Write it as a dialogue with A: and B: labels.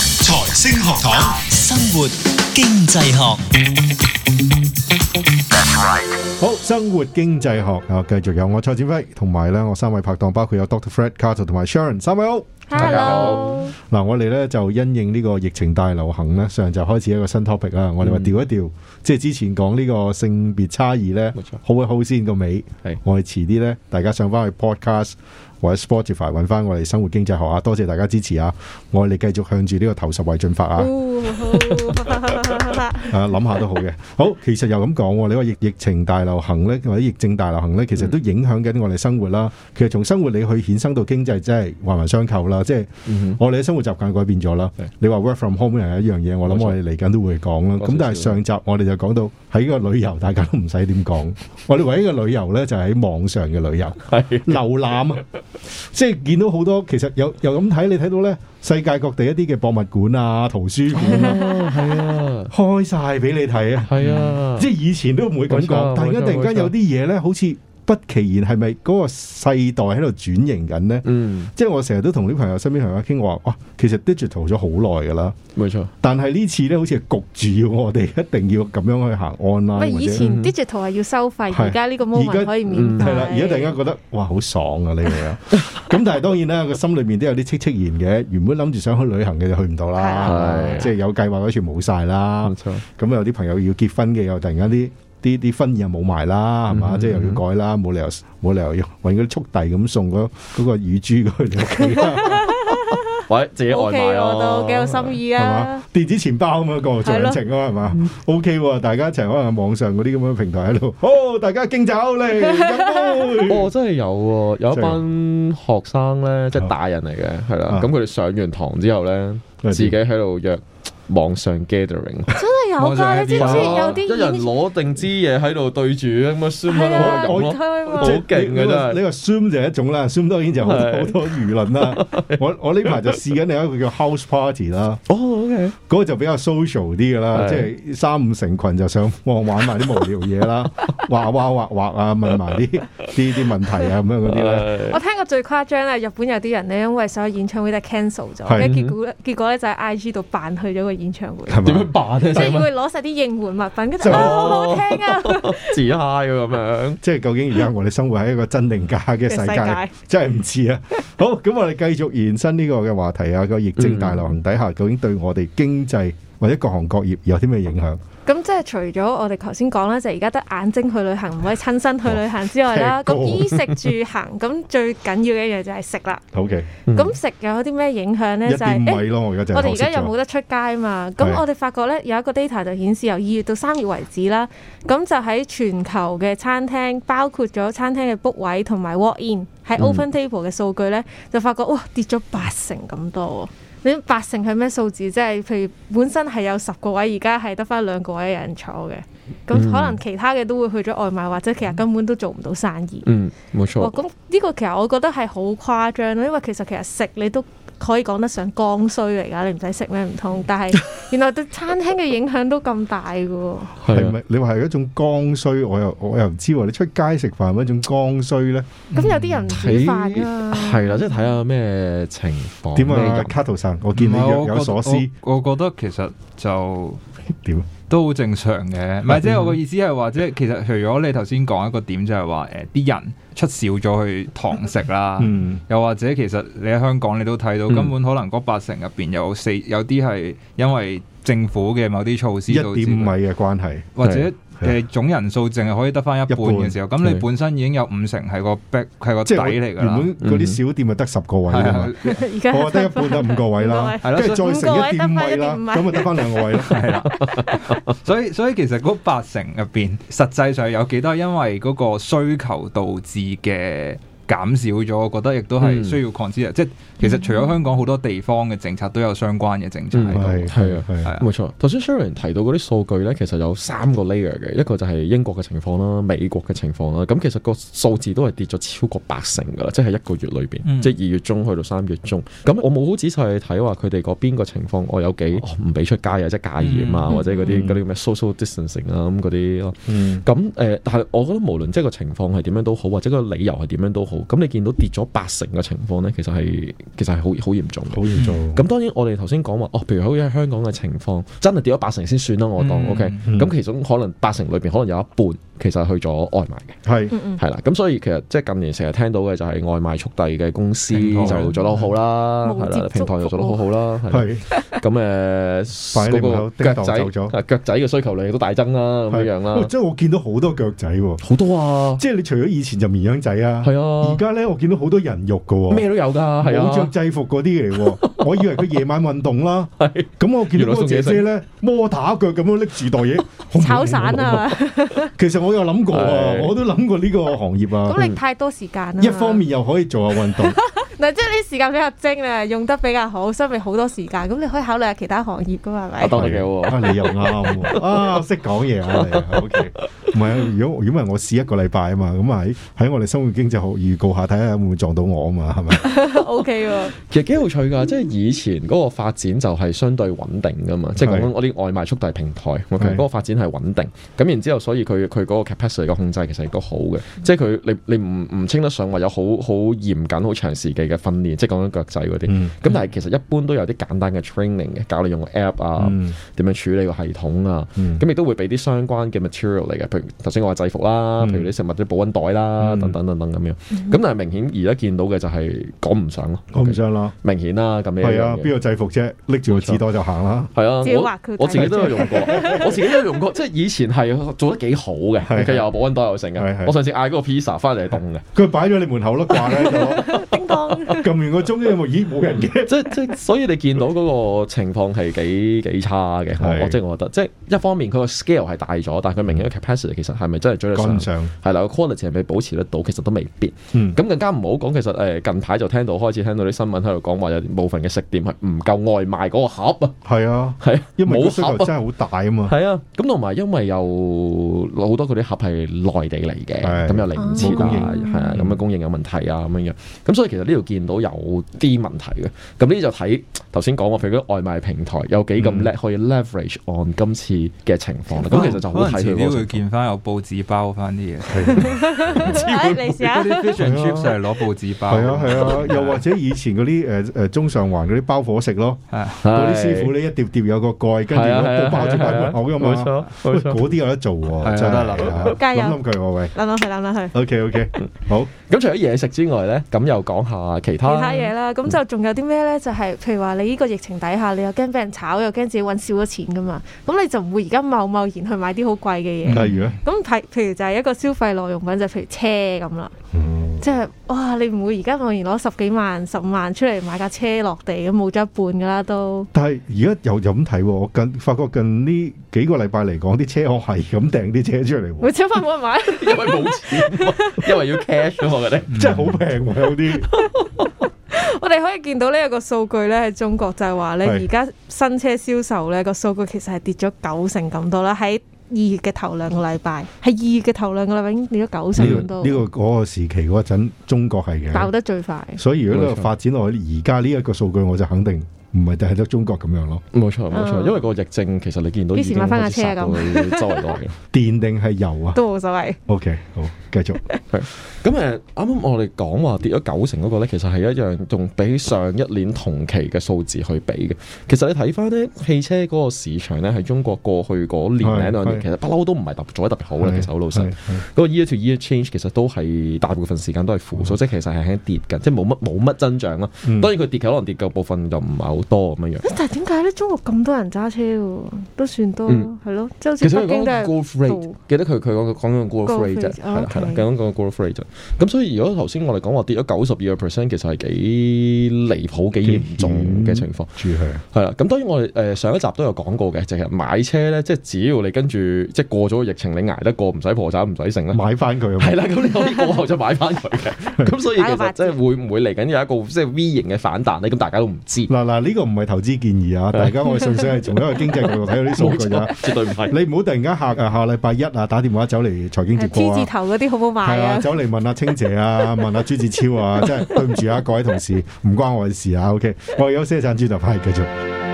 A: 星學堂，
B: 生活經濟學，
C: 好，生活經濟學啊，繼續有我蔡展輝，同埋咧我三位拍檔，包括有 Doctor Fred Carter 同埋 Sharon 三位好。
D: Hello，
C: 嗱，我哋咧就因應呢個疫情大流行咧，上就開始一個新 topic 啦。我哋話調一調，即係之前講呢個性別差異咧
E: 嗯冇錯，
C: 好一好先個尾
E: 係。
C: 我哋遲啲咧，大家上翻去 podcast 或者 Spotify 揾翻我哋生活經濟學啊，多謝大家支持啊！我哋繼續向住呢個頭十位進發啊！啊，諗下都好嘅。好，其實又咁講喎，你話疫疫情大流行呢，或者疫症大流行呢，其實都影響緊我哋生活啦。其實從生活你去衍生到經濟，真係環環相扣啦。即係我哋嘅生活習慣改變咗啦
E: 係。
C: 你話 work from home 又係一樣嘢，我諗
E: 冇錯
C: 我哋嚟緊都會講啦。
E: 多
C: 咁但係
E: 少少
C: 上集我哋就講到喺個旅遊，大家都唔使點講。我哋唯一嘅旅遊呢，就係喺網上嘅旅遊。
E: 係
C: 瀏覽啊，即係見到好多其實有又咁睇，你睇到呢世界各地一啲嘅博物館啊、圖書館 啊，
E: 哦係啊，
C: 開晒俾你睇啊！
E: 嗯係啊，
C: 即係以前都唔會咁
E: 冇錯
C: 講，但係而家
E: 冇錯
C: 突然間有啲嘢咧，好似不其然係咪嗰個世代喺度轉型緊咧？
E: 嗯，
C: 即係我成日都同啲朋友、身邊朋友傾，我話哇，其實 digital 咗好耐㗎啦，
E: 冇錯，
C: 但係呢次咧，好似係焗住要我哋一定要咁樣去行 online
D: 喂，以
C: 或者
D: 前 digital 係要收費，
C: 係
D: 而家呢個
C: 而家
D: moment 可以免費。
C: 係啦，而家突然間覺得哇好爽啊呢 個樣，咁但係當然啦，個心裏面都有啲戚戚然嘅。原本諗住想去旅行嘅就去唔到啦
E: 係，
C: 即係有計劃嗰處冇晒啦
E: 冇。錯，
C: 咁有啲朋友要結婚嘅，又突然間啲啲啲婚宴又冇埋啦，係嘛？
E: 嗯
C: 即係又要改啦，冇理由冇理由要揾嗰啲速遞咁送嗰嗰個乳豬過去你屋企
E: 啊
C: 啦，
E: 或者自己外
D: O K，
E: 賣啊
D: 我
E: 咯，
D: 都幾有心意
C: 係
D: 啊
C: 嘛！？電子錢包咁樣個做
D: 係咯
C: 緊情啊嘛，係
E: 嗯
C: 嘛？OK 喎，大家一齊可能網上嗰啲咁樣嘅平台喺度，好，大家敬酒嚟，一杯
E: 哦，真係有喎，有一
C: 真係
E: 班學生咧，即係大人嚟嘅，係
C: 啊
E: 啦。咁佢哋上完堂之後咧，
C: 點
E: 自己喺度約網上 gathering，
D: 真係有
B: 網上
D: 㗎，
B: happy
D: 你知唔知有啲
E: 一人
D: 演
E: 攞定支嘢喺度對住咁樣宣
D: 係啊，
E: 咁咯，
D: 開
E: 好
D: 嘛
C: 即係
E: 勁
C: 你
E: 嘅真係
C: 你話 Zoom 就係一種啦，Zoom 當然就好多
E: 係
C: 好多輿論啦。我我呢排就試緊另一個叫 House Party 啦。
E: 哦，OK，
C: 嗰個就比較 social 啲嘅啦，
E: 係
C: 即係三五成群就上網玩埋啲無聊嘢 啦，畫畫畫畫啊，問埋啲啲啲問題啊咁樣嗰啲咧，
D: 我聽過最誇張咧，日本有啲人咧，因為所有演唱會都係 cancel 咗，
C: 係
D: 跟住結果結果咧就喺 I G 度扮去咗個演唱會，
C: 係
E: 點
C: 咪
E: 樣？扮咧？
D: 即係
E: 請問
D: 會攞晒啲應援物品，跟住
C: 就
D: 啊好好聽啊，
E: 自嗨咁樣，
C: 即係究竟而家我哋生活喺一個真定假嘅世界，真係唔知啊！好，咁我哋繼續延伸呢個嘅話題啊，個疫症大流行底下，究竟對我哋經濟或者各行各業有啲咩影響？
D: 咁即係除咗我哋頭先講啦，就係而家得眼睛去旅行，唔可以親身去旅行之外啦，
C: 踢
D: 咁
C: 波
D: 衣食住行，咁最緊要嘅一樣就係食啦。
C: 好嘅，
D: 咁食有啲咩影響呢？
C: 一
D: 就係、
C: 啲
D: 誒
C: 米咯，我而家就
D: 我哋而
C: 學識
D: 家又
C: 咗
D: 冇得出街啊嘛，咁
C: 係
D: 我哋發覺咧有一個 data 就顯示由二月到三月為止啦，咁就喺全球嘅餐廳，包括咗餐廳嘅 book 位同埋 walk in
C: 嗯
D: 喺 open table 嘅數據咧，就發覺哇跌咗八成咁多喎。你八成係咩數字？即係譬如本身係有十個位，而家係得翻兩個位有人坐嘅，咁
C: 嗯
D: 可能其他嘅都會去咗外賣，或者其實根本都做唔到生意。
E: 嗯，冇錯
D: 哇！，哦咁呢個其實我覺得係好誇張咯，因為其實其實食你都可以講得上剛需嚟㗎，你唔使食咩唔
C: 嗯
D: 通。但係原來對餐廳嘅影響都咁大㗎喎，
C: 係
E: 係啊
C: 咪？你話係一種剛需，我又我又唔知喎。你出街食飯係咪一種剛需咧？
D: 咁有啲人唔煮
E: 睇
D: 飯啊㗎嘛。
E: 係啦，即係睇下咩情況，
C: 點
E: 咩
C: 啊，
E: 人
C: 卡圖神，我見你
B: 唔係
C: 若
B: 我
C: 有
B: 覺
C: 所思，
B: 我我覺得其實就
C: 點啊？
B: 都好正常嘅，
C: 嗯
B: 唔係即係我個意思係話，即係其實除咗你頭先講一個點，就係話誒啲人出少咗去堂食啦。
C: 嗯，
B: 又或者其實你喺香港你都睇到，
E: 嗯
B: 根本可能嗰八成入邊有四有啲係因為政府嘅某啲措施
C: 一點
B: 導
C: 五
B: 致
C: 米嘅關係，
B: 或者
C: 係
B: 誒總人數淨係可以得翻一半嘅時候，咁你
E: 係
B: 本身已經有五成係個 back 係個
C: 即
B: 底
C: 係
B: 嚟㗎
C: 原
B: 啦，
C: 本嗰啲小店咪得十個位㗎嘛，
B: 係啊
D: 而家
C: 我得一半得五個位啦，
B: 係啦
C: 跟住再
D: 五個
C: 乘
D: 位
C: 一點
D: 得
C: 五
D: 返
C: 米
D: 一點
C: 啦，
D: 五米
C: 咁咪得翻兩個位咯。
B: 係 啦，所以所以其實嗰八成入邊，實際上有幾多係因為嗰個需求導致嘅減少咗，我覺得亦都係
E: 嗯
B: 需要 consider、即係其實除咗香港好多地方嘅政策都有相關嘅政策
E: 嗯
B: 喺度，
C: 係係啊係
B: 係
C: 啊，
B: 啊，
E: 冇錯，頭先 Sharon 提到嗰啲數據咧，其實有三個 layer 嘅，一個就係英國嘅情況啦、美國嘅情況啦，咁其實個數字都係跌咗超過八成噶啦，即係一個月裏邊，
B: 嗯
E: 即係二月中去到三月中。咁我冇好仔細去睇話佢哋嗰邊個情況，我有幾哦唔俾出街啊，即係戒嚴啊，
D: 嗯
E: 或者嗰
C: 嗯
E: 啲嗰啲咩 social distancing 啊咁嗰啲咯。
C: 嗯
E: 咁誒、呃但係我覺得無論即係個情況係點樣都好，或者個理由係點樣都好，好。咁你見到跌咗八成嘅情況咧，其實係其實係好好嚴重嘅。
C: 好嚴重。
E: 咁當然我哋頭先講話，哦，譬如好似喺香港嘅情況，真係跌咗八成先算啦，我當
B: 嗯
E: OK。
C: 嗯
E: 咁其中可能八成裏邊可能有一半其實係去咗外賣嘅，
C: 係
D: 嗯嗯，
E: 係啦。咁所以其實即係近年成日聽到嘅就係外賣速遞嘅公司
B: 平台
E: 就做得好好啦，
D: 無
E: 係
D: 接
E: 啦
D: 觸，
E: 平台又做得好好啦，係啦
C: 係
E: 咁誒
C: 快啲門
E: 嗰
C: 口
E: 個
C: 叮噹
E: 腳
C: 走咗
E: 仔啊腳仔嘅需求量亦都大增啦，咁
C: 係
E: 樣樣
C: 哇
E: 啦，
C: 即係我見到好多腳仔喎，
E: 好多啊，
C: 即係你除咗以前就綿羊仔啊，
E: 係啊
C: 而家咧我見到好多人肉㗎喎。
E: 咩都有㗎，係
C: 冇着
E: 啊，
C: 制服嗰啲嚟 喎，我以為佢夜晚運動啦。咁我見到嗰個姐姐咧，摩打腳咁樣拎住袋 嘢，
D: 炒散！啊，
C: 其實我有諗過啊，
E: 係嗯
C: 我都諗過呢個行業啊。
D: 咁你嗯太多時間啦。
C: 一方，面又可以做下運 動，
D: 嗱，即係你時間比較精啊，用得比較好，所以咪好多時間。咁你可以考慮下其他行業噶嘛，係咪
E: 啊？當然嘅喎，
C: 啊你又啱喎，啊識講嘢 啊你，OK，唔係啊，如果如果唔係我試一個禮拜啊嘛，咁啊喺喺我哋生活經濟學預告下睇下會唔會撞到我啊嘛，係 咪？
D: O K 喎，
E: 其實幾有趣㗎，
C: 嗯
E: 即係以前嗰個發展就係相對穩定㗎嘛，即係講緊我啲外賣速遞平台，OK，
C: 係
E: 嗰個發展係穩定，咁然之後所以佢佢嗰個 capacity 嘅控制其實亦都好嘅，
C: 嗯
E: 即係佢你你唔唔稱得上話有好好嚴謹好長時期嘅訓練，即係講緊腳仔嗰啲，咁、
C: 嗯
E: 但係其實一般都有啲簡單嘅 training 嘅，教你用個 app 啊，
C: 嗯
E: 點、樣處理個系統啊。
C: 嗯
E: 咁亦都會俾啲相關嘅 material 嚟嘅，譬如頭先我話制服啦，
C: 嗯
E: 譬如啲食物啲保温袋啦，
C: 嗯
E: 等等等等咁樣。咁但係明顯而家見到嘅就係講唔上咯，
C: 我唔想啦，
E: 明顯啦咁樣樣嘅。
C: 係啊，邊有制服啫？拎住個紙袋就行啦，
E: 係啊，
D: 自己畫佢
E: 我我自己都有用 過，我自己都有用過，即係以前係做得幾好嘅，
C: 係
E: 佢又有保温袋又成
C: 係
E: 嘅
C: 係。
E: 我上次嗌嗰個 pizza 翻嚟係凍 嘅，
C: 佢擺咗你門口咯，掛喺度，
D: 叮當。
C: 撳完個鐘有冇？咦，冇人嘅。
E: 即即所以你見到嗰個情況係幾幾差嘅，
C: 係嗯
E: 我我即係我覺得，即係一方面佢個 scale 係大咗，但係佢明顯嘅 capacity 其實係咪真係追得
C: 趕
E: 上
C: 唔？上，
E: 係啦，個 quality 係咪保持得到？其實都未必。
C: 嗯，
E: 咁更加唔好講，其實誒近排就聽到開始聽到啲新聞喺度講話有部分嘅食店係唔夠外賣嗰個盒啊，
C: 係啊，
E: 係啊
C: 因為個
E: 冇
C: 需求
E: 盒啊，
C: 真係好大啊嘛，
E: 係啊，咁同埋因為有好多嗰啲盒係內地嚟嘅，
C: 係
E: 咁又嚟唔切
C: 冇供
E: 啦，
D: 應
E: 係啊，咁樣供應有問題啊，咁樣樣，咁所以其實呢度見到有啲問題嘅，咁呢啲就睇頭先講話，譬如嗰啲外賣平台有幾咁叻，可以 leverage on 今次嘅情況啦，咁其實就好
B: 哦可能
E: 睇佢
B: 遲
E: 嗰
B: 啲
E: 個情況
B: 會見翻有報紙包翻啲嘢，
D: 哎你試
B: 嗰
D: 下，
B: 啲 fish and
C: 係啊
B: chips 係攞報紙包。
C: 係啊係啊，又或者以前嗰啲誒誒中上環嗰啲包伙食咯，
B: 啊，
C: 嗰啲師傅咧一碟碟有個蓋，跟住
E: 係啊係
C: 個
E: 啊
C: 包住埋門口噶
E: 冇
C: 嘛，
E: 錯
C: 喂
E: 冇錯。
C: 嗰啲有得做
B: 係啊
C: 喎，真
B: 得啦
C: 係啊
D: 加油
C: 諗諗佢喎喂
D: 諗諗去，諗諗去。
C: ，OK OK，好，
E: 咁除咗嘢食之外咧，咁又講下其他
D: 其他嘢啦，咁就仲有啲咩呢？就係、譬如話你呢個疫情底下，你又驚俾人炒，又驚自己揾少咗錢噶嘛，咁你就唔會而家貿貿然去買啲好貴嘅
E: 嗯
D: 嘢。
C: 例如咧，
D: 咁譬譬如就係一個消費耐用品，就譬如車咁啦，即係哇！你唔會而家貿然攞十幾萬、十五萬出嚟買架車落地，咁冇咗一半噶啦都。
C: 但係而家又又咁睇喎，我近發覺近呢幾個禮拜嚟講，啲車我係咁訂啲車出嚟喎，
D: 會超翻冇人買，
E: 因為冇錢喎，因為要 cash 啊嘛，我覺得。
C: 真係好平喎有 啲，
D: 我哋可以見到呢一個數據咧，喺中國就係話咧，
C: 係
D: 而家新車銷售咧個數據其實係跌咗九成咁多啦，喺二月嘅頭兩個禮拜，喺二月嘅頭兩個禮拜已經跌咗九成
C: 呢
D: 咁
C: 個
D: 多，
C: 呢個嗰個時期嗰陣中國係嘅。
D: 爆得最快。
C: 所以如果呢
E: 冇
C: 個
E: 錯
C: 發展落去，而家呢一個數據我就肯定唔係就係得中國咁樣咯。
E: 冇錯冇錯，
D: 嗯
E: 因為個疫症其實你見到
D: 幾
E: 已
D: 時
E: 經
D: 買返架
E: 開始
D: 車
E: 殺
D: 啊
E: 到周圍都係嘅。
C: 電定係油啊
D: 都冇所謂，
C: ？OK，好，繼續。
E: 咁誒，啱啱我哋講話跌咗九成嗰個咧，其實係一樣仲比上一年同期嘅數字去比嘅。其實你睇翻咧，汽車嗰個市場咧，喺中國過去嗰年
C: 係
E: 零兩
C: 係
E: 年，其實不嬲都唔係特做得特別好啦。其實好老實
C: 係，，係
E: 嗰個 E year to year change 其實都係大部分時間都係負數，即係其實係輕輕跌緊，即係冇乜冇乜增長啦。
C: 嗯
E: 當然佢跌可能跌夠部分就唔係好多咁樣樣。
D: 但係點解咧？中國咁多人揸車喎，都算多，
E: 嗯
D: 係咯，即係好
E: 其
D: 似
E: 實佢
D: 北京都
E: 講個
C: 啊
D: 係
E: growth rate，
D: 度
E: 記得佢佢講講緊個 growth
D: Growth
E: rate 啫，
D: rate，
E: 係啦係
D: OK
E: 啦，講緊個 growth rate 啫。咁所以如果頭先我哋講話跌咗九十二個 percent，其實係幾離譜、幾嚴重嘅情況。
D: 嗯
C: 住佢。
E: 係啦，咁當然我哋誒、呃上一集都有講過嘅，就係、買車咧，即係只要你跟住
D: 嗯
E: 即係過咗個疫情，你捱得過，唔使破產，唔使剩咧。
C: 買翻佢啊！
E: 係啦，咁你可以過後就買翻佢嘅。咁所以 其
D: 打個八
E: 實即係會唔會嚟緊有一個即係 V 型嘅反彈咧？咁大家都唔知，
C: 嗱嗱，呢個唔係投資建議啊！大家我純粹係從一個經濟角度睇到啲數據啊！
E: 絕對唔係。
C: 你唔好突然間下下禮拜一啊打電話走嚟財經直
D: 誒 T
C: 播
D: 字
C: 啊！
D: 頭嗰啲好唔好買
C: 係啊，
D: 啊？
C: 走嚟問阿清姐啊，問阿朱志超啊，真係對唔住啊，各位同事，唔關我嘅事啊。OK，我哋休息一陣，轉頭翻嚟繼續。